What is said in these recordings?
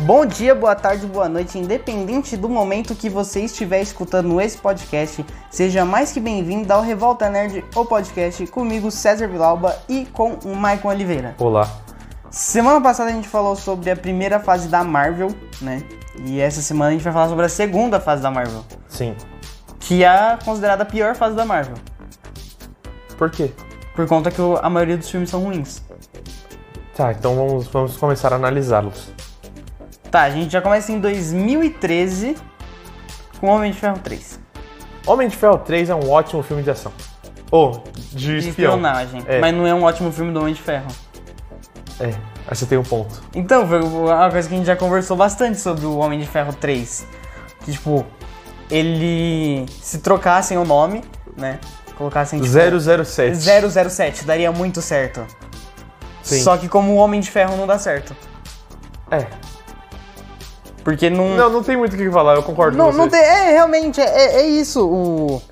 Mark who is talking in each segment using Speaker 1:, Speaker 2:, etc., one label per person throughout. Speaker 1: Bom dia, boa tarde, boa noite, independente do momento que você estiver escutando esse podcast, seja mais que bem-vindo ao Revolta Nerd, o podcast comigo, César Vilauba e com o Maicon Oliveira.
Speaker 2: Olá.
Speaker 1: Semana passada a gente falou sobre a primeira fase da Marvel, né? E essa semana a gente vai falar sobre a segunda fase da Marvel,
Speaker 2: Sim.
Speaker 1: que é a considerada a pior fase da Marvel,
Speaker 2: Por quê?
Speaker 1: por conta que o- a maioria dos filmes são ruins.
Speaker 2: Tá, então vamos, vamos começar a analisá-los.
Speaker 1: Tá, a gente já começa em 2013 com Homem de Ferro 3.
Speaker 2: Homem de Ferro 3 é um ótimo filme de ação. Ou, de,
Speaker 1: De
Speaker 2: espião.
Speaker 1: espionagem.
Speaker 2: É.
Speaker 1: Mas não é um ótimo filme do Homem de Ferro.
Speaker 2: É, aí você tem um ponto.
Speaker 1: Então, foi uma coisa que a gente já conversou bastante sobre o Homem de Ferro 3. Que, tipo, ele se trocassem o nome, né? Colocassem tipo,
Speaker 2: 007.
Speaker 1: 007, daria muito certo.
Speaker 2: Sim.
Speaker 1: Só que como o Homem de Ferro não dá certo.
Speaker 2: É.
Speaker 1: Porque não.
Speaker 2: Não, não tem muito o que falar, eu concordo
Speaker 1: Não,
Speaker 2: com você.
Speaker 1: não tem. É, realmente, é, é- é isso o.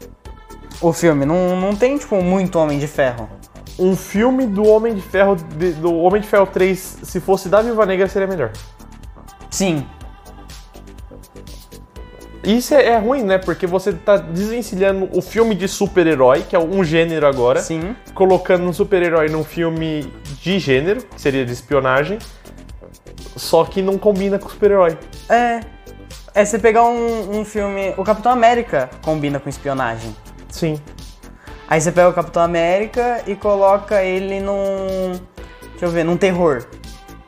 Speaker 1: O filme. Não, não tem, tipo, muito Homem de Ferro.
Speaker 2: Um filme do Homem de Ferro, de- do Homem de Ferro 3, se fosse da Viva Negra, seria melhor.
Speaker 1: Sim.
Speaker 2: Isso é, é ruim, né? Porque você tá desvencilhando o filme de super-herói, que é um gênero agora.
Speaker 1: Sim.
Speaker 2: colocando um super-herói num filme de gênero, que seria de espionagem, só que não combina com o super-herói.
Speaker 1: É. É você pegar um, um filme. O Capitão América combina com espionagem.
Speaker 2: Sim.
Speaker 1: Aí você pega o Capitão América e coloca ele num. Deixa eu ver, num terror.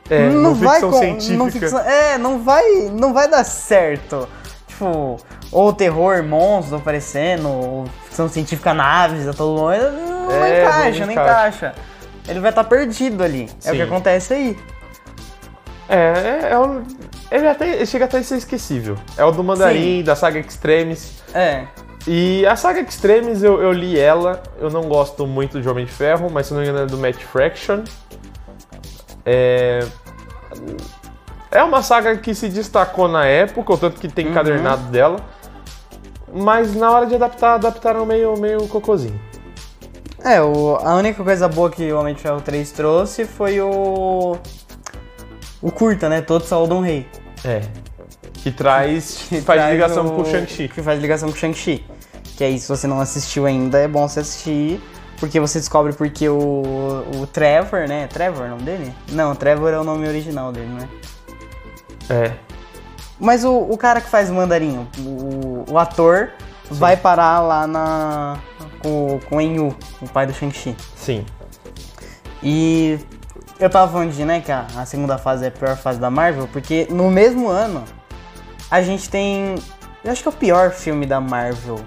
Speaker 2: É, não ficção
Speaker 1: com-
Speaker 2: científica.
Speaker 1: não ficção- é, não vai, não vai dar certo. Tipo, ou terror, monstro aparecendo, ou ficção científica, naves, a todo longe. Não, não
Speaker 2: É,
Speaker 1: encaixa,
Speaker 2: não
Speaker 1: não encaixa. Ele vai estar perdido ali. É o que
Speaker 2: Sim.
Speaker 1: acontece aí.
Speaker 2: É, é, é um- ele até ele chega até a ser esquecível. É o do Mandarim, da saga Extremes.
Speaker 1: É.
Speaker 2: E a saga Extremes, eu, eu li ela, eu não gosto muito de Homem de Ferro, mas se não me engano é do Matt Fraction. É... É uma saga que se destacou na época, o tanto que tem encadernado dela. Mas na hora de adaptar, adaptaram meio, meio cocôzinho.
Speaker 1: É, o- a única coisa boa que o Homem de Ferro 3 trouxe foi o. O curta, né? Todo Saúde Rei.
Speaker 2: É. Que traz.
Speaker 1: que
Speaker 2: faz
Speaker 1: traz
Speaker 2: ligação
Speaker 1: o-
Speaker 2: com o Shang-Chi.
Speaker 1: Que faz ligação com o Shang-Chi. Que aí, se você não assistiu ainda, é bom você assistir, porque você descobre porque o, o Trevor, né? Trevor é o nome dele? Não, Trevor é o nome original dele, né?
Speaker 2: É.
Speaker 1: Mas o, o cara que faz o mandarinho, o, o ator, vai parar lá na. com, com o Enyu, o pai do Shang-Chi.
Speaker 2: Sim.
Speaker 1: E eu tava falando de, né, que a, a segunda fase é a pior fase da Marvel, porque no mesmo ano a gente tem. Eu acho que é o pior filme da Marvel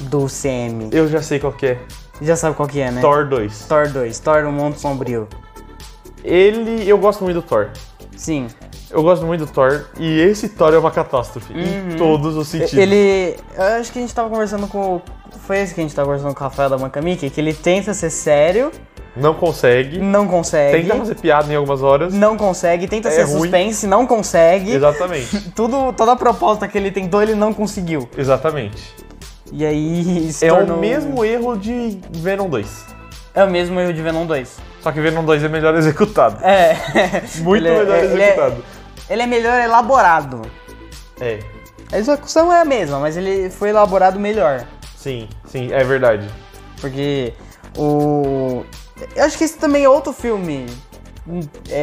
Speaker 1: do CM.
Speaker 2: Eu já sei qual que é.
Speaker 1: Já sabe qual que é, né?
Speaker 2: Thor 2.
Speaker 1: Thor 2, Thor o Mundo Sombrio.
Speaker 2: Ele. Eu gosto muito do Thor.
Speaker 1: Sim.
Speaker 2: Eu gosto muito do Thor. E esse Thor é uma catástrofe. Em todos os sentidos.
Speaker 1: Uhum. Ele. Eu acho que a gente tava conversando com. o- Foi esse que a gente tava conversando com o Rafael da Banca Mickey, que ele tenta ser sério,
Speaker 2: Não consegue.
Speaker 1: não consegue.
Speaker 2: Tenta fazer piada em algumas horas.
Speaker 1: Não consegue, tenta
Speaker 2: É
Speaker 1: ser
Speaker 2: ruim.
Speaker 1: suspense, não consegue.
Speaker 2: Exatamente.
Speaker 1: Tudo, toda a proposta que ele tentou, ele não conseguiu.
Speaker 2: Exatamente.
Speaker 1: E aí se
Speaker 2: É
Speaker 1: tornou-
Speaker 2: o mesmo erro de Venom 2.
Speaker 1: É o mesmo erro de Venom 2.
Speaker 2: Só que Venom 2 é melhor executado.
Speaker 1: É.
Speaker 2: Muito
Speaker 1: Ele é-
Speaker 2: melhor
Speaker 1: ele é-
Speaker 2: executado.
Speaker 1: Ele é melhor elaborado.
Speaker 2: É.
Speaker 1: A execução é a mesma, mas ele foi elaborado melhor.
Speaker 2: Sim, sim, é verdade.
Speaker 1: Porque o. Eu acho que esse também é outro filme hum,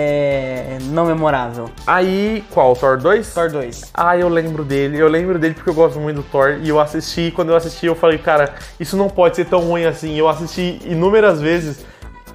Speaker 1: é, não memorável.
Speaker 2: Aí, qual? Thor 2?
Speaker 1: Thor 2.
Speaker 2: Ah, eu lembro dele. Eu lembro dele porque eu gosto muito do Thor. E eu assisti, e quando eu assisti, eu falei, cara, isso não pode ser tão ruim assim. Eu assisti inúmeras vezes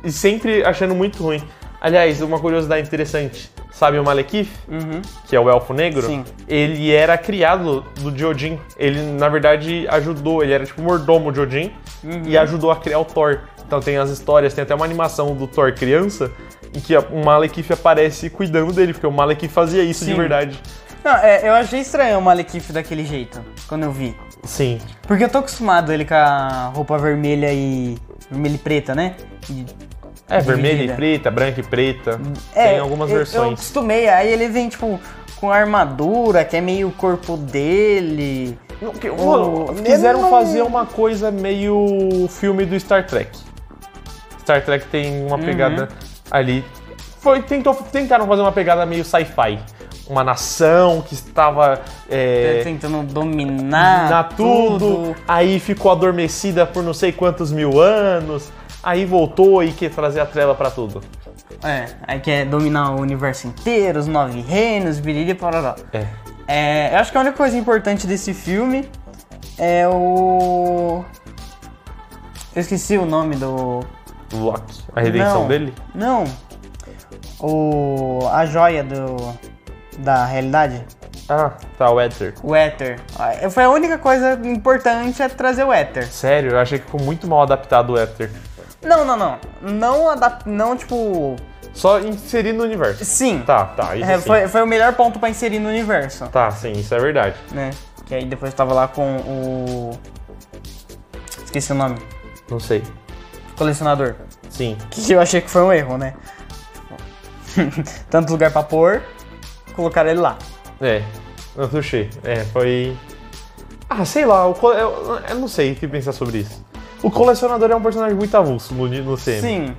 Speaker 2: e sempre achando muito ruim. Aliás, uma curiosidade interessante. Sabe o Malekith,
Speaker 1: Uhum.
Speaker 2: que é o elfo negro?
Speaker 1: Sim.
Speaker 2: Ele era criado do Jodin. Ele, na verdade, ajudou. Ele era tipo mordomo de Odin
Speaker 1: Uhum.
Speaker 2: e ajudou a criar o Thor. Então tem as histórias, tem até uma animação do Thor criança em que a- o Malekith aparece cuidando dele, porque o Malekith fazia isso de
Speaker 1: Sim.
Speaker 2: verdade.
Speaker 1: Não, é, eu achei estranho o Malekith daquele jeito, quando eu vi.
Speaker 2: Sim.
Speaker 1: Porque eu tô acostumado ele com a roupa vermelha e. vermelha e preta, né? E-
Speaker 2: É, vermelha
Speaker 1: Dividida.
Speaker 2: e preta, branca e preta.
Speaker 1: É,
Speaker 2: tem algumas
Speaker 1: eu, Eu
Speaker 2: versões.
Speaker 1: acostumei, aí ele vem, tipo, com a armadura, que é meio o corpo dele.
Speaker 2: Não, que-
Speaker 1: o-
Speaker 2: mano, quiseram
Speaker 1: eu não-
Speaker 2: fazer uma coisa meio filme do Star Trek. Star Trek tem uma pegada ali. Foi, tentou, tentaram fazer uma pegada meio sci-fi. uma nação que estava é,
Speaker 1: né, Tentando dominar
Speaker 2: na tudo, aí ficou adormecida por não sei quantos mil anos, aí voltou e quer trazer a trela pra tudo.
Speaker 1: É, aí quer dominar o universo inteiro, os nove reinos, biriri e pororó.
Speaker 2: É.
Speaker 1: É, eu acho que a única coisa importante desse filme é o. Eu esqueci o nome do.
Speaker 2: O Loki, a redenção
Speaker 1: Não,
Speaker 2: dele?
Speaker 1: Não. O. A joia do. Da realidade.
Speaker 2: Ah, tá, o Ether.
Speaker 1: O Éter. Ah, Foi a única coisa importante é trazer o Éter.
Speaker 2: Sério, eu achei que ficou muito mal adaptado o Ether.
Speaker 1: Não, não, não. Não adap... Não, tipo.
Speaker 2: Só inserir no universo.
Speaker 1: Sim.
Speaker 2: Tá, tá, isso
Speaker 1: É,
Speaker 2: sim.
Speaker 1: foi, foi o melhor ponto pra inserir no universo.
Speaker 2: Tá, sim, isso é verdade.
Speaker 1: né? Que aí depois tava lá com o. Esqueci o nome.
Speaker 2: Não sei.
Speaker 1: Colecionador.
Speaker 2: Sim.
Speaker 1: Que eu achei que foi um erro, né? Tanto lugar pra pôr, colocaram ele lá.
Speaker 2: É, eu touchei. É, foi. Ah, sei lá, o co- eu, eu não sei o que pensar sobre isso. O colecionador é um personagem muito avulso no, no CM.
Speaker 1: Sim.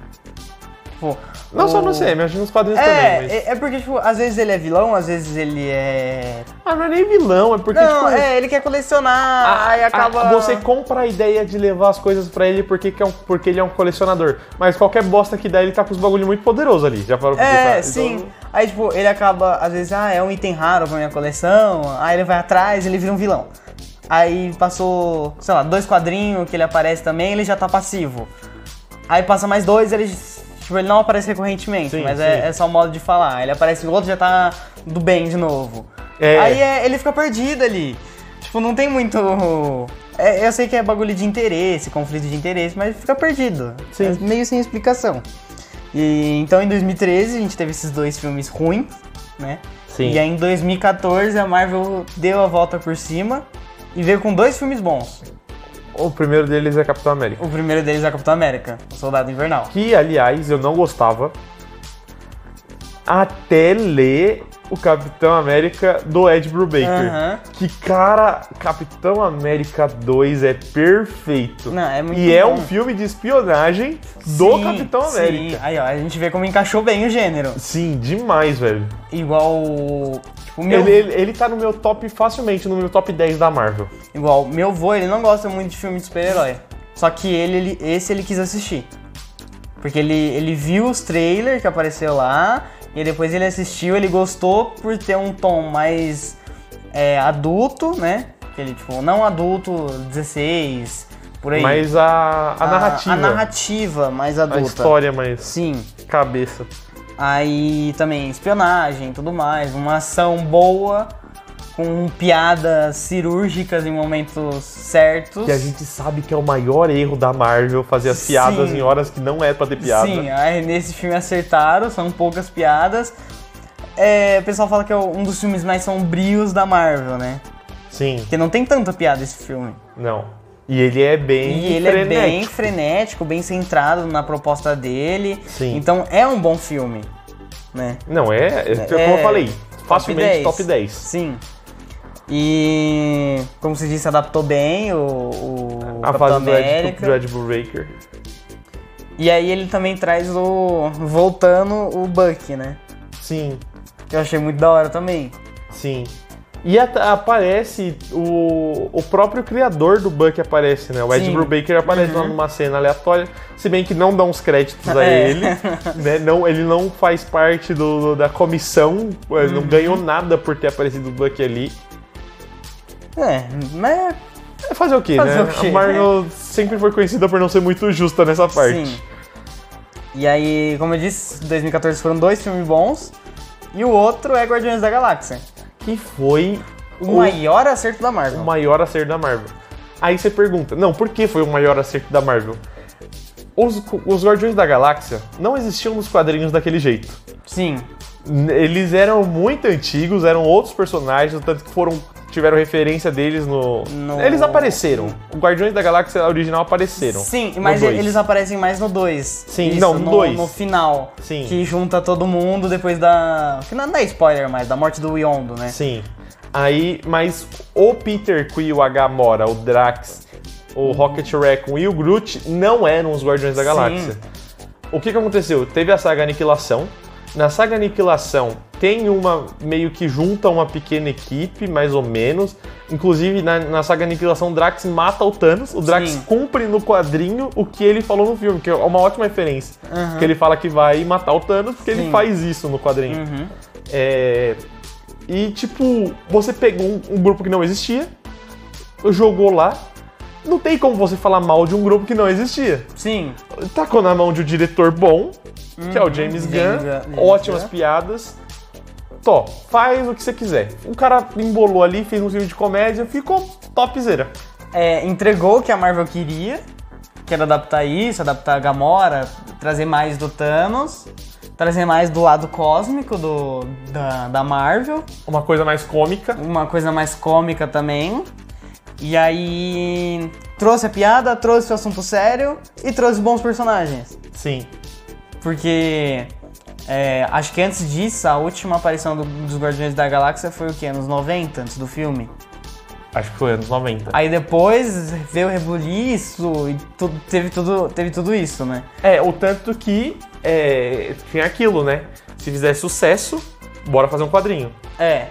Speaker 1: Tipo,
Speaker 2: É. Não só
Speaker 1: o-
Speaker 2: no CM, acho que nos quadrinhos
Speaker 1: É,
Speaker 2: também, mas.
Speaker 1: é, é porque, tipo, às vezes ele é vilão, às vezes ele é.
Speaker 2: Ah, não é nem vilão, é porque,
Speaker 1: Não,
Speaker 2: tipo.
Speaker 1: é, ele quer colecionar,
Speaker 2: a-
Speaker 1: aí
Speaker 2: a-
Speaker 1: acaba.
Speaker 2: você compra a ideia de levar as coisas pra ele porque, que é um- porque ele é um colecionador. Mas qualquer bosta que dá, ele tá com os bagulho muito poderoso ali. Já parou pra pensar?
Speaker 1: É,
Speaker 2: Então,
Speaker 1: sim. Aí, tipo, ele acaba, às vezes, ah, é um item raro pra minha coleção. Aí ele vai atrás, ele vira um vilão. Aí passou, sei lá, dois quadrinhos que ele aparece também, ele já tá passivo. Aí passa mais dois, ele, tipo, ele não aparece recorrentemente,
Speaker 2: Sim,
Speaker 1: mas
Speaker 2: sim.
Speaker 1: É, é só um modo de falar. Ele aparece no outro, já tá do bem de novo.
Speaker 2: É.
Speaker 1: Aí é, ele fica perdido ali. Tipo, não tem muito. é, eu sei que é bagulho de interesse, conflito de interesse, mas fica perdido.
Speaker 2: Sim.
Speaker 1: É meio sem explicação. E, então em 2013 a gente teve esses dois filmes ruins, né?
Speaker 2: Sim.
Speaker 1: E aí em 2014 a Marvel deu a volta por cima e veio com dois filmes bons.
Speaker 2: O primeiro deles é Capitão América.
Speaker 1: O primeiro deles é Capitão América, o Soldado Invernal.
Speaker 2: que, aliás, eu não gostava. Até ler o Capitão América do Ed Brubaker.
Speaker 1: Aham.
Speaker 2: Que, cara, Capitão América 2 é perfeito.
Speaker 1: Não, é muito
Speaker 2: e é
Speaker 1: bom.
Speaker 2: um filme de espionagem do
Speaker 1: Sim,
Speaker 2: Capitão
Speaker 1: Sim.
Speaker 2: América.
Speaker 1: Aí ó, a gente vê como encaixou bem o gênero.
Speaker 2: Sim, demais, velho.
Speaker 1: Igual o- tipo, meu
Speaker 2: Ele, ele, ele tá no meu top facilmente, no meu top 10 da Marvel.
Speaker 1: igual meu vô, ele não gosta muito de filme de super-herói. Só que ele, ele- esse ele quis assistir. Porque ele, ele viu os trailers que apareceu lá, e depois ele assistiu, ele gostou por ter um tom mais é, adulto, né? Que ele, tipo, não adulto 16, por aí.
Speaker 2: Mas a, a, narrativa,
Speaker 1: A narrativa mais
Speaker 2: a
Speaker 1: adulta.
Speaker 2: história mais
Speaker 1: Sim.
Speaker 2: cabeça.
Speaker 1: Aí também espionagem e tudo mais, uma ação boa, com piadas cirúrgicas em momentos certos.
Speaker 2: Que a gente sabe que é o maior erro da Marvel fazer as piadas
Speaker 1: Sim.
Speaker 2: em horas que não é pra ter piada.
Speaker 1: Sim, aí nesse filme acertaram, são poucas piadas. É, o pessoal fala que é um dos filmes mais sombrios da Marvel, né?
Speaker 2: Sim,
Speaker 1: Porque não tem tanta piada esse filme.
Speaker 2: não. E ele é bem.
Speaker 1: E ele é bem
Speaker 2: frenético.
Speaker 1: frenético, bem centrado na proposta dele.
Speaker 2: Sim.
Speaker 1: Então é um bom filme, né?
Speaker 2: Não, é, é,
Speaker 1: É,
Speaker 2: como eu falei, facilmente
Speaker 1: 10.
Speaker 2: top 10.
Speaker 1: Sim. E como se disse, adaptou bem o, o
Speaker 2: A
Speaker 1: Capitão
Speaker 2: fase do Ed,
Speaker 1: América.
Speaker 2: do Ed Brubaker.
Speaker 1: E aí ele também traz o. voltando o Buck, né?
Speaker 2: Sim,
Speaker 1: Que eu achei muito da hora também.
Speaker 2: sim. E at- aparece o, o próprio criador do Buck aparece, né? O Ed
Speaker 1: Sim. Uhum.
Speaker 2: Brubaker aparece lá numa cena aleatória, se bem que não dão os créditos a
Speaker 1: É.
Speaker 2: ele, né? Não, ele não faz parte do, do- da comissão, ele
Speaker 1: Uhum.
Speaker 2: não ganhou nada por ter aparecido o Buck ali.
Speaker 1: É, mas
Speaker 2: É fazer o quê,
Speaker 1: Fazer
Speaker 2: né?
Speaker 1: o quê, É.
Speaker 2: a Marvel sempre foi conhecida por não ser muito justa nessa parte.
Speaker 1: Sim. E aí, como eu disse, 2014 foram dois filmes bons. E o outro é Guardiões da Galáxia.
Speaker 2: Que foi
Speaker 1: O,
Speaker 2: o,
Speaker 1: maior acerto da
Speaker 2: o
Speaker 1: Marvel.
Speaker 2: maior acerto da Marvel. Aí você pergunta, não, por que foi o maior acerto da Marvel? Os, os Guardiões da Galáxia não existiam nos quadrinhos daquele jeito.
Speaker 1: Sim.
Speaker 2: N- Eles eram muito antigos, eram outros personagens, tanto que foram tiveram referência deles no...
Speaker 1: No-
Speaker 2: Eles apareceram. O Guardiões da Galáxia original apareceram.
Speaker 1: Sim,
Speaker 2: no
Speaker 1: mas
Speaker 2: dois.
Speaker 1: eles aparecem mais no 2.
Speaker 2: Sim, não, no
Speaker 1: no
Speaker 2: dois.
Speaker 1: No final.
Speaker 2: Sim.
Speaker 1: Que junta todo mundo depois da. Que não não é spoiler mais, da morte do Yondo, né?
Speaker 2: Sim. Aí, mas o Peter Quill, a Gamora, o Drax,
Speaker 1: Uhum.
Speaker 2: o Rocket Raccoon e o Groot não eram os Guardiões da Galáxia. O que, que aconteceu? Teve a saga Aniquilação, Na saga Aniquilação tem uma. meio que junta uma pequena equipe, mais ou menos. Inclusive, na, na saga Aniquilação, o Drax mata o Thanos. O Drax
Speaker 1: Sim.
Speaker 2: cumpre no quadrinho o que ele falou no filme, que é uma ótima referência.
Speaker 1: Aham.
Speaker 2: Que ele fala que vai matar o Thanos, porque ele
Speaker 1: Sim.
Speaker 2: faz isso no quadrinho.
Speaker 1: Uhum.
Speaker 2: É, E, tipo, você pegou um, um grupo que não existia, jogou lá. Não tem como você falar mal de um grupo que não existia.
Speaker 1: Sim.
Speaker 2: Tacou na mão de um diretor bom, que é o James
Speaker 1: Uhum. James
Speaker 2: Gunn,
Speaker 1: Gunn, James
Speaker 2: ótimas
Speaker 1: Gunn.
Speaker 2: piadas. Tó, faz o que você quiser. O cara embolou ali, fez um filme de comédia, ficou topzera.
Speaker 1: É, entregou o que a Marvel queria, que era adaptar isso, adaptar a Gamora, trazer mais do Thanos, trazer mais do lado cósmico do, da, da Marvel,
Speaker 2: Uma coisa mais cômica.
Speaker 1: uma coisa mais cômica também. E aí trouxe a piada, trouxe o assunto sério e trouxe bons personagens.
Speaker 2: Sim.
Speaker 1: Porque é, acho que antes disso, a última aparição do- dos Guardiões da Galáxia foi o quê? Nos 90, antes do filme?
Speaker 2: Acho que foi anos 90.
Speaker 1: Aí depois veio o Rebuliço e tu- teve, tudo, teve tudo isso, né?
Speaker 2: É, o tanto que é, tinha aquilo, né? Se fizer sucesso, bora fazer um quadrinho.
Speaker 1: É.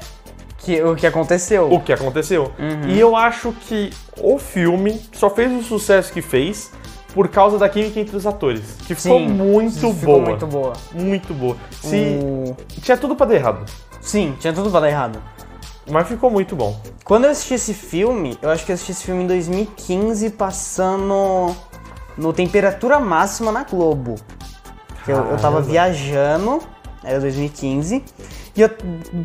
Speaker 1: Que, o que aconteceu.
Speaker 2: o que aconteceu.
Speaker 1: Uhum.
Speaker 2: E eu acho que o filme só fez o sucesso que fez por causa da química entre os atores, que ficou
Speaker 1: Sim,
Speaker 2: é muito
Speaker 1: Ficou
Speaker 2: boa.
Speaker 1: muito boa.
Speaker 2: Muito boa. Se
Speaker 1: O-
Speaker 2: tinha tudo pra dar errado,
Speaker 1: Sim, tinha tudo pra dar errado.
Speaker 2: mas ficou muito bom.
Speaker 1: Quando eu assisti esse filme, eu acho que eu assisti esse filme em 2015, passando no Temperatura Máxima na Globo. Que eu, eu
Speaker 2: Caramba.
Speaker 1: tava viajando, era 2015, e eu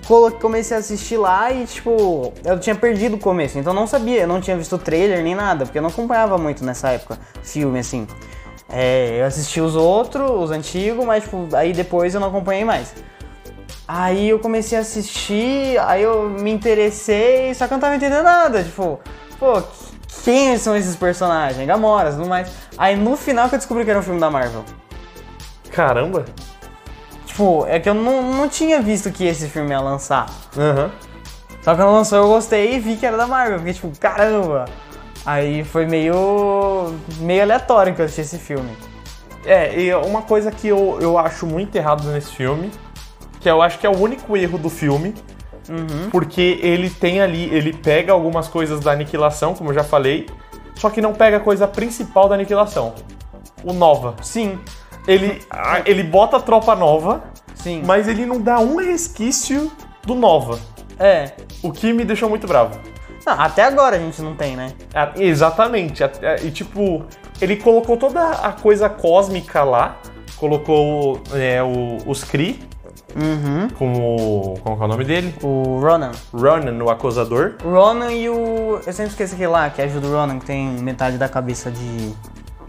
Speaker 1: colo- comecei a assistir lá e, tipo, eu tinha perdido o começo, então eu não sabia, eu não tinha visto trailer nem nada, porque eu não acompanhava muito nessa época filme, assim. É, eu assisti os outros, os antigos, mas, tipo, aí depois eu não acompanhei mais. Aí eu comecei a assistir, aí eu me interessei, só que eu não tava entendendo nada. Tipo, pô, qu- quem são esses personagens? Gamoras, tudo mais. Aí no final que eu descobri que era um filme da Marvel.
Speaker 2: Caramba.
Speaker 1: Tipo, é que eu não, não tinha visto que esse filme ia lançar.
Speaker 2: Aham.
Speaker 1: Só que quando lançou eu gostei e vi que era da Marvel. Fiquei tipo, caramba! Aí foi meio. meio aleatório que eu assisti esse filme.
Speaker 2: É, e uma coisa que eu, eu acho muito errado nesse filme, que eu acho que é o único erro do filme,
Speaker 1: Uhum.
Speaker 2: porque ele tem ali, ele pega algumas coisas da aniquilação, como eu já falei, só que não pega a coisa principal da aniquilação, o Nova.
Speaker 1: Sim,
Speaker 2: Ele, a- ele bota a tropa nova,
Speaker 1: sim.
Speaker 2: mas ele não dá um resquício do Nova.
Speaker 1: É.
Speaker 2: O que me deixou muito bravo.
Speaker 1: Não, até agora a gente não tem, né?
Speaker 2: Ah, Exatamente. a- a- E tipo, ele colocou toda a coisa cósmica lá. Colocou é, o- os Kree,
Speaker 1: Uhum.
Speaker 2: como. Como que é o nome dele?
Speaker 1: O Ronan.
Speaker 2: Ronan, o acusador.
Speaker 1: O Ronan e o. Eu sempre esqueço aquele lá que é ajuda o Ronan, que tem metade da cabeça de,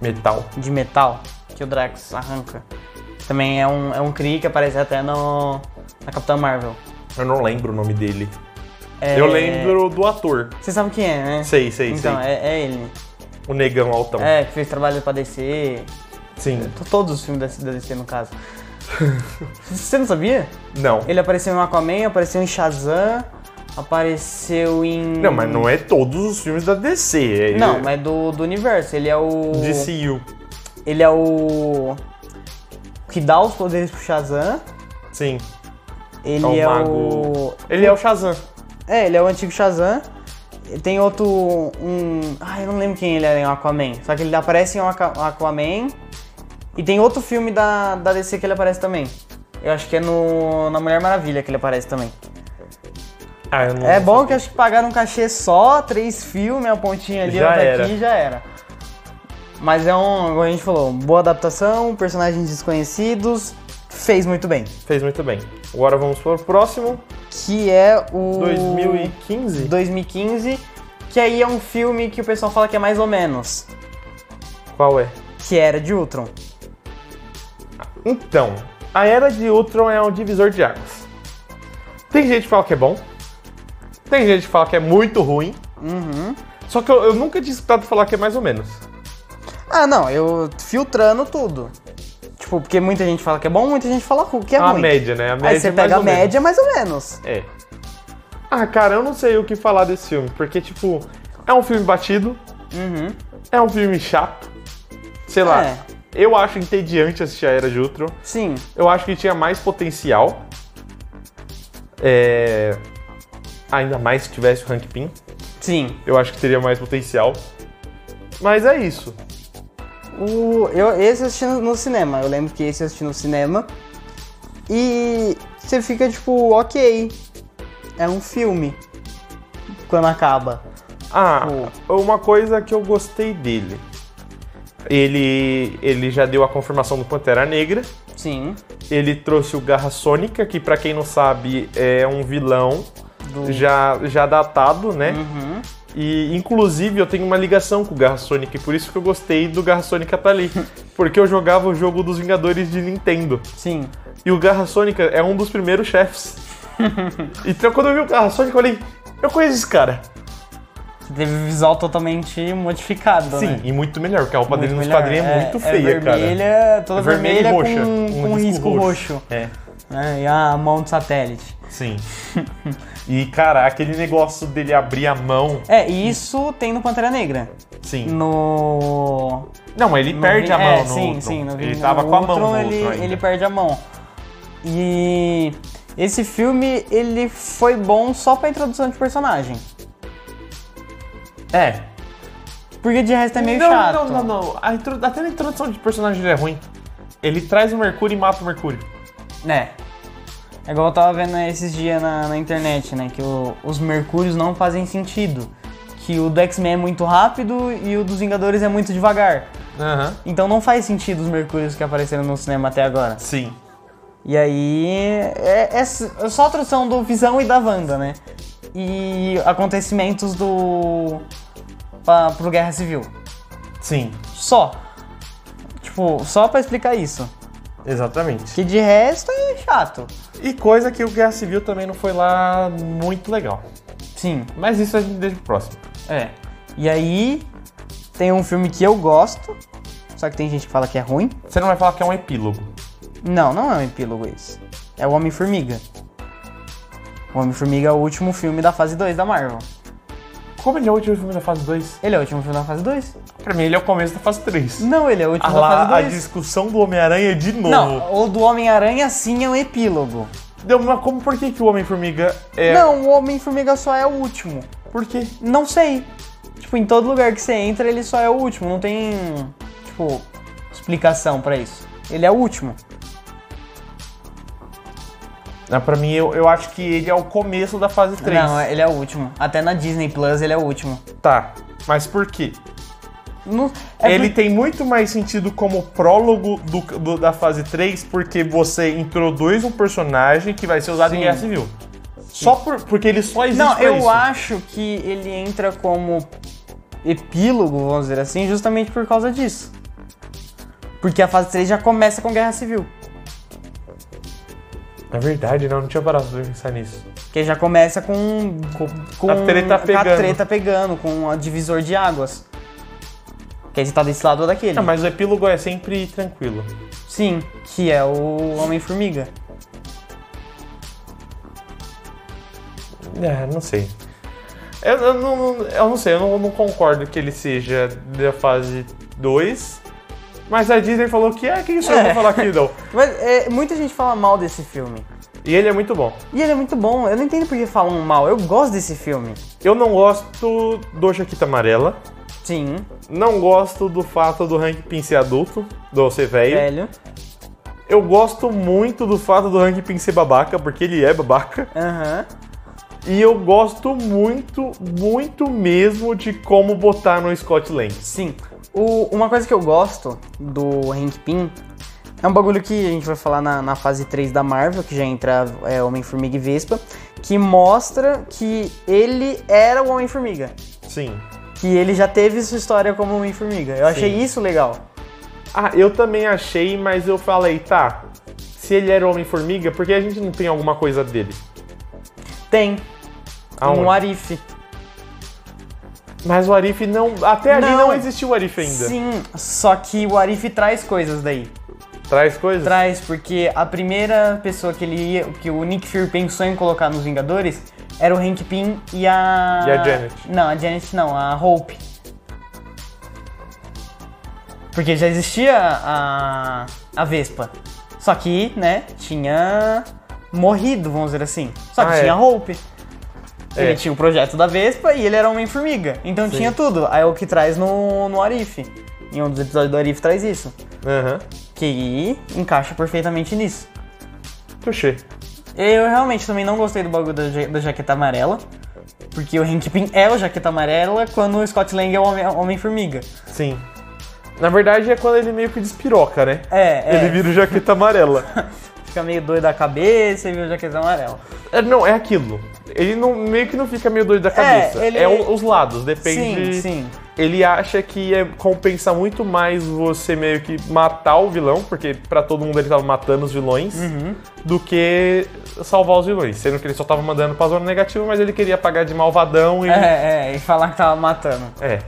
Speaker 2: Metal.
Speaker 1: de metal, que o Drax arranca. Também é um, é um Kree que aparece até no, na Capitã Marvel.
Speaker 2: Eu não lembro o nome dele.
Speaker 1: É-
Speaker 2: Eu lembro do ator.
Speaker 1: Vocês sabem quem é, né?
Speaker 2: Sei, sei,
Speaker 1: Então,
Speaker 2: sei.
Speaker 1: é, é ele.
Speaker 2: O negão altão.
Speaker 1: É, que fez trabalho pra DC.
Speaker 2: Sim.
Speaker 1: T- Todos os filmes da da DC, no caso. Você não sabia?
Speaker 2: Não.
Speaker 1: Ele apareceu em Aquaman, apareceu em Shazam, apareceu em.
Speaker 2: Não, mas não é todos os filmes da DC. É
Speaker 1: Não, mas do, do universo. Ele é o.
Speaker 2: DCU.
Speaker 1: Ele é o. que dá os poderes pro Shazam.
Speaker 2: Sim.
Speaker 1: Ele
Speaker 2: É o
Speaker 1: é
Speaker 2: mago.
Speaker 1: o.
Speaker 2: Ele é o Shazam.
Speaker 1: É, ele é o antigo Shazam. E Tem outro. um. Ai, eu não lembro quem ele era em Aquaman. Só que ele aparece em um Aqua- Aquaman. E tem outro filme da, da DC que ele aparece também. Eu acho que é no. Na Mulher Maravilha que ele aparece também.
Speaker 2: Ah, eu não
Speaker 1: É bom que acho que pagaram um cachê só, três filmes, uma pontinha ali,
Speaker 2: Já
Speaker 1: outra
Speaker 2: era.
Speaker 1: aqui já era. Mas é um, como a gente falou, boa adaptação, personagens desconhecidos, fez muito bem.
Speaker 2: Fez muito bem. Agora vamos para o próximo,
Speaker 1: Que é o
Speaker 2: 2015.
Speaker 1: 2015, que aí é um filme que o pessoal fala que é mais ou menos,
Speaker 2: Qual é?
Speaker 1: que era de Ultron.
Speaker 2: Então, a Era de Ultron é um divisor de águas. Tem gente que fala que é bom, tem gente que fala que é muito ruim,
Speaker 1: Uhum.
Speaker 2: só que eu, eu nunca tinha escutado falar que é mais ou menos.
Speaker 1: Ah, não, eu filtrando tudo. Tipo, porque muita gente fala que é bom, muita gente fala que é
Speaker 2: a
Speaker 1: ruim.
Speaker 2: média, né? A média
Speaker 1: aí você
Speaker 2: é mais
Speaker 1: pega a
Speaker 2: ou menos.
Speaker 1: média mais ou menos.
Speaker 2: É. Ah, cara, eu não sei o que falar desse filme, porque, tipo, é um filme batido,
Speaker 1: Uhum.
Speaker 2: é um filme chato, sei lá.
Speaker 1: É.
Speaker 2: Eu acho entediante assistir a Era de Ultron.
Speaker 1: Sim,
Speaker 2: Eu acho que tinha mais potencial. É, Ainda mais se tivesse o Hank Pym.
Speaker 1: sim.
Speaker 2: Eu acho que teria mais potencial. Mas é isso.
Speaker 1: O, eu, esse eu assisti no, no cinema. Eu lembro que esse eu assisti no cinema. E você fica tipo, ok. É um filme. Quando acaba.
Speaker 2: Ah, uma coisa que eu gostei dele. Ele, ele já deu a confirmação do Pantera Negra.
Speaker 1: Sim.
Speaker 2: Ele trouxe o Garra Sônica, que pra quem não sabe é um vilão
Speaker 1: Do...
Speaker 2: já, já datado, né?
Speaker 1: Uhum.
Speaker 2: E inclusive eu tenho uma ligação com o Garra Sonic, por isso que eu gostei do Garra Sonic tá ali. Porque eu jogava o jogo dos Vingadores de Nintendo.
Speaker 1: Sim.
Speaker 2: E o Garra Sônica é um dos primeiros chefes. então quando eu vi o Garra Sônica, eu falei, eu conheço esse cara.
Speaker 1: Você teve visual totalmente modificado,
Speaker 2: Sim,
Speaker 1: né?
Speaker 2: e muito melhor, porque a roupa dele nos
Speaker 1: melhor.
Speaker 2: quadrinhos é muito feia,
Speaker 1: é vermelha, Toda
Speaker 2: É vermelha e
Speaker 1: vermelha
Speaker 2: roxa,
Speaker 1: com,
Speaker 2: um
Speaker 1: com
Speaker 2: risco
Speaker 1: risco roxo.
Speaker 2: cara. É,
Speaker 1: né? E a mão de satélite.
Speaker 2: sim. e cara, aquele negócio dele abrir a mão,
Speaker 1: É, e isso tem no Pantera Negra.
Speaker 2: sim.
Speaker 1: No.
Speaker 2: Não, ele
Speaker 1: no
Speaker 2: perde
Speaker 1: vi-
Speaker 2: a mão
Speaker 1: é,
Speaker 2: no
Speaker 1: sim,
Speaker 2: Ultron.
Speaker 1: sim, no vi-
Speaker 2: Ele tava
Speaker 1: no
Speaker 2: com a mão
Speaker 1: Ultron,
Speaker 2: no
Speaker 1: ele,
Speaker 2: Ultron ainda.
Speaker 1: ele perde a mão. E esse filme ele foi bom só pra introdução de personagem.
Speaker 2: É,
Speaker 1: Porque de resto é meio
Speaker 2: não,
Speaker 1: chato.
Speaker 2: Não, não, não. A intro- Até na introdução de personagem ele é ruim. Ele traz o Mercúrio e mata o Mercúrio.
Speaker 1: É. É igual eu tava vendo esses dias na, na internet, né? Que o- os Mercúrios não fazem sentido. Que o do X-Men é muito rápido e o dos Vingadores é muito devagar.
Speaker 2: Aham.
Speaker 1: Então não faz sentido os Mercúrios que apareceram no cinema até agora.
Speaker 2: Sim.
Speaker 1: E aí. É, é s- é só a tradução do Visão e da Wanda, né? E acontecimentos do. Pra, pro Guerra Civil.
Speaker 2: Sim.
Speaker 1: Só. Tipo, só pra explicar isso.
Speaker 2: Exatamente.
Speaker 1: Que de resto é chato.
Speaker 2: E coisa que o Guerra Civil também não foi lá muito legal.
Speaker 1: Sim,
Speaker 2: Mas isso a gente deixa pro próximo.
Speaker 1: é. E aí. Tem um filme que eu gosto. Só que tem gente que fala que é ruim.
Speaker 2: Você não vai falar que é um epílogo.
Speaker 1: Não, não é um epílogo esse. É o Homem-Formiga. O Homem-Formiga é o último filme da fase 2 da Marvel.
Speaker 2: Como ele é o último filme da fase 2?
Speaker 1: Ele é o último filme da fase 2?
Speaker 2: Pra mim ele é o começo da fase 3.
Speaker 1: Não, ele é o último
Speaker 2: Ah
Speaker 1: da fase
Speaker 2: lá,
Speaker 1: 2.
Speaker 2: a discussão do Homem-Aranha de novo.
Speaker 1: Não, o do Homem-Aranha sim é um epílogo.
Speaker 2: Deu, mas como por que, que o Homem-Formiga é.
Speaker 1: Não, o Homem-Formiga só é o último.
Speaker 2: Por quê?
Speaker 1: Não sei. Tipo, em todo lugar que você entra, ele só é o último. Não tem, tipo, explicação pra isso. Ele é o último.
Speaker 2: Ah, pra mim, eu, eu acho que ele é o começo da fase 3.
Speaker 1: Não, ele é o último. Até na Disney Plus ele é o último.
Speaker 2: Tá. Mas por quê?
Speaker 1: Não, é
Speaker 2: ele
Speaker 1: por-
Speaker 2: tem muito mais sentido como prólogo do, do- da fase 3, porque você introduz um personagem que vai ser usado em
Speaker 1: Sim.
Speaker 2: guerra civil. Só por, porque ele só existe
Speaker 1: Não,
Speaker 2: pra
Speaker 1: eu
Speaker 2: isso.
Speaker 1: acho que ele entra como epílogo, vamos dizer assim, justamente por causa disso. Porque a fase 3 já começa com Guerra Civil.
Speaker 2: É verdade, né? Eu não tinha parado pra pensar nisso.
Speaker 1: Porque já começa com, com, com
Speaker 2: A treta
Speaker 1: com
Speaker 2: pegando.
Speaker 1: a treta pegando, com o divisor de águas. Que aí você tá desse lado ou daquele.
Speaker 2: Não, mas o epílogo é sempre tranquilo.
Speaker 1: Sim, que é o Homem-Formiga.
Speaker 2: É, não sei. Eu, eu não, eu não sei, eu não, eu não concordo que ele seja da fase 2, mas a Disney falou que é, quem sou eu pra
Speaker 1: É.
Speaker 2: falar que não?
Speaker 1: Mas é, muita gente fala mal desse filme.
Speaker 2: E ele é muito bom.
Speaker 1: E ele é muito bom, eu não entendo por que falam mal, eu gosto desse filme.
Speaker 2: Eu não gosto do Jaquita Amarela.
Speaker 1: Sim,
Speaker 2: Não gosto do fato do Hank Pym ser adulto, do ser velho.
Speaker 1: velho.
Speaker 2: Eu gosto muito do fato do Hank Pym ser babaca, porque ele é babaca.
Speaker 1: Aham.
Speaker 2: E eu gosto muito, muito mesmo de como botar no Scott Lang.
Speaker 1: Sim. O- uma coisa que eu gosto do Hank Pym é um bagulho que a gente vai falar na, na fase 3 da Marvel, que já entra é, Homem-Formiga e Vespa, que mostra que ele era o Homem-Formiga.
Speaker 2: Sim.
Speaker 1: Que ele já teve sua história como Homem-Formiga. Eu achei
Speaker 2: Sim.
Speaker 1: isso legal.
Speaker 2: Ah, eu também achei, mas eu falei, tá. Se ele era Homem-Formiga, por que a gente não tem alguma coisa dele?
Speaker 1: Tem.
Speaker 2: Aonde?
Speaker 1: Um Arif.
Speaker 2: Mas o Arif não. Até ali
Speaker 1: Não.
Speaker 2: não existiu o Arif ainda.
Speaker 1: Sim, só que o Arif traz coisas daí.
Speaker 2: Traz coisas?
Speaker 1: Traz, porque a primeira pessoa que ele ia, que o Nick Fury pensou em colocar nos Vingadores era o Hank Pym e a.
Speaker 2: E a Janet.
Speaker 1: Não, a Janet não, a Hope. Porque já existia a, a Vespa. Só que, né, tinha morrido, vamos dizer assim. Só que
Speaker 2: Ah, é.
Speaker 1: tinha Hope. Ele
Speaker 2: É.
Speaker 1: tinha o projeto da Vespa e ele era uma formiga Então tinha tudo. Aí é o que traz no, no Arif. Em um dos episódios do Arif traz isso.
Speaker 2: Aham.
Speaker 1: Que encaixa perfeitamente nisso.
Speaker 2: Puxei.
Speaker 1: Eu realmente também não gostei do bagulho da, ja- da jaqueta amarela. Porque o Hank Pym é o jaqueta amarela quando o Scott Lang é o Homem- Homem-Formiga.
Speaker 2: Sim. Na verdade é quando ele meio que despiroca, né?
Speaker 1: é, é.
Speaker 2: Ele vira o jaqueta amarela.
Speaker 1: Fica meio doido da cabeça e vira o jaqueta amarela.
Speaker 2: É, não, é aquilo. Ele não, meio que não fica meio doido da cabeça. É,
Speaker 1: ele-
Speaker 2: o- os lados, depende.
Speaker 1: Sim, sim.
Speaker 2: Ele acha que é, compensa muito mais você meio que matar o vilão, porque pra todo mundo ele tava matando os vilões, do que salvar os vilões. Sendo que ele só tava mandando pra zona negativa, mas ele queria pagar de malvadão e.
Speaker 1: É, é, e falar que tava matando.
Speaker 2: É.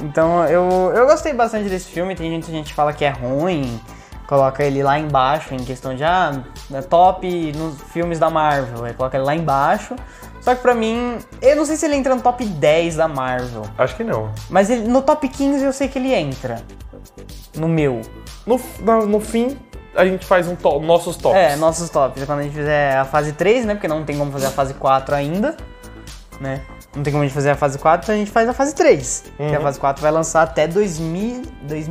Speaker 1: Então eu, eu gostei bastante desse filme, tem gente, gente que fala que é ruim, coloca ele lá embaixo em questão de ah, é top nos filmes da Marvel, aí coloca ele lá embaixo. Só que pra mim, eu não sei se ele entra no top 10 da Marvel,
Speaker 2: Acho que não.
Speaker 1: mas ele, no top 15 eu sei que ele entra. No meu.
Speaker 2: No, na- no fim, a gente faz um to nossos tops.
Speaker 1: É, nossos tops. Quando a gente fizer a fase 3, né? Porque não tem como fazer a fase 4 ainda, né? Não tem como a gente fazer a fase 4, então a gente faz a fase 3. Porque a fase 4 vai lançar até 2000,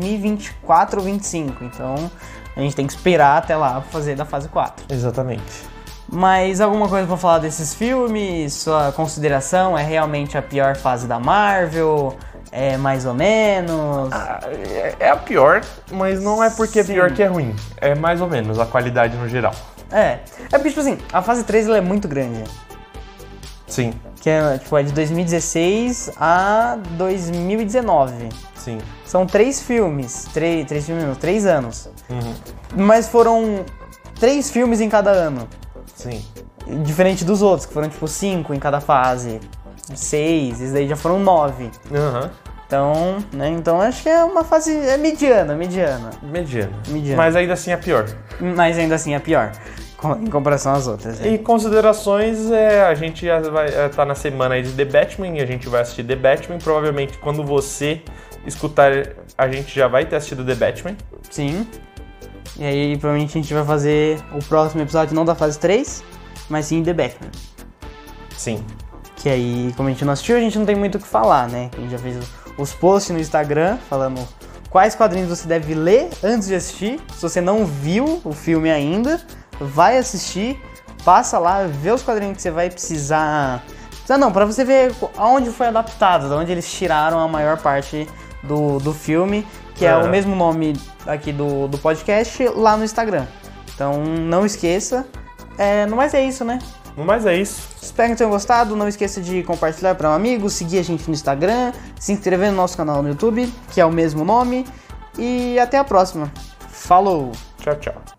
Speaker 1: 2024 ou 25. Então a gente tem que esperar até lá pra fazer da fase 4.
Speaker 2: Exatamente.
Speaker 1: Mas alguma coisa pra falar desses filmes? Sua consideração? É realmente a pior fase da Marvel? É mais ou menos?
Speaker 2: É- É a pior, mas não é porque é
Speaker 1: Sim.
Speaker 2: pior que é ruim. É mais ou menos a qualidade no geral.
Speaker 1: É. É porque, tipo assim, a fase 3 ela é muito grande.
Speaker 2: Sim,
Speaker 1: Que é, tipo, é de 2016 a 2019.
Speaker 2: sim.
Speaker 1: São três filmes. Três, três filmes, não, três anos.
Speaker 2: uhum,
Speaker 1: Mas foram três filmes em cada ano.
Speaker 2: Sim.
Speaker 1: Diferente dos outros, que foram tipo cinco em cada fase. Seis, esses daí já foram nove.
Speaker 2: Aham.
Speaker 1: Então, né? Então acho que é uma fase. É mediana, mediana.
Speaker 2: Mediana.
Speaker 1: Mediana.
Speaker 2: Mas ainda assim é pior.
Speaker 1: Mas ainda assim é pior. com- Em comparação às outras. né?
Speaker 2: E considerações, é, a gente já vai é, tá na semana aí de The Batman e a gente vai assistir The Batman. Provavelmente quando você escutar, a gente já vai ter assistido The Batman.
Speaker 1: Sim. E aí, provavelmente a gente vai fazer o próximo episódio, não da fase 3, mas sim The Batman.
Speaker 2: Sim.
Speaker 1: Que aí, como a gente não assistiu, a gente não tem muito o que falar, né? A gente já fez os posts no Instagram falando quais quadrinhos você deve ler antes de assistir. Se você não viu o filme ainda, vai assistir, passa lá, vê os quadrinhos que você vai precisar. Precisa não, pra você ver aonde foi adaptado, de onde eles tiraram a maior parte do, do filme, que é,
Speaker 2: É.
Speaker 1: o mesmo nome aqui do, do podcast, lá no Instagram. Então não esqueça. É, no mais é isso, né?
Speaker 2: Mas é isso.
Speaker 1: Espero que tenham gostado. Não esqueça de compartilhar para um amigo, seguir a gente no Instagram, se inscrever no nosso canal no YouTube, que é o mesmo nome. E até a próxima. Falou!
Speaker 2: Tchau, tchau.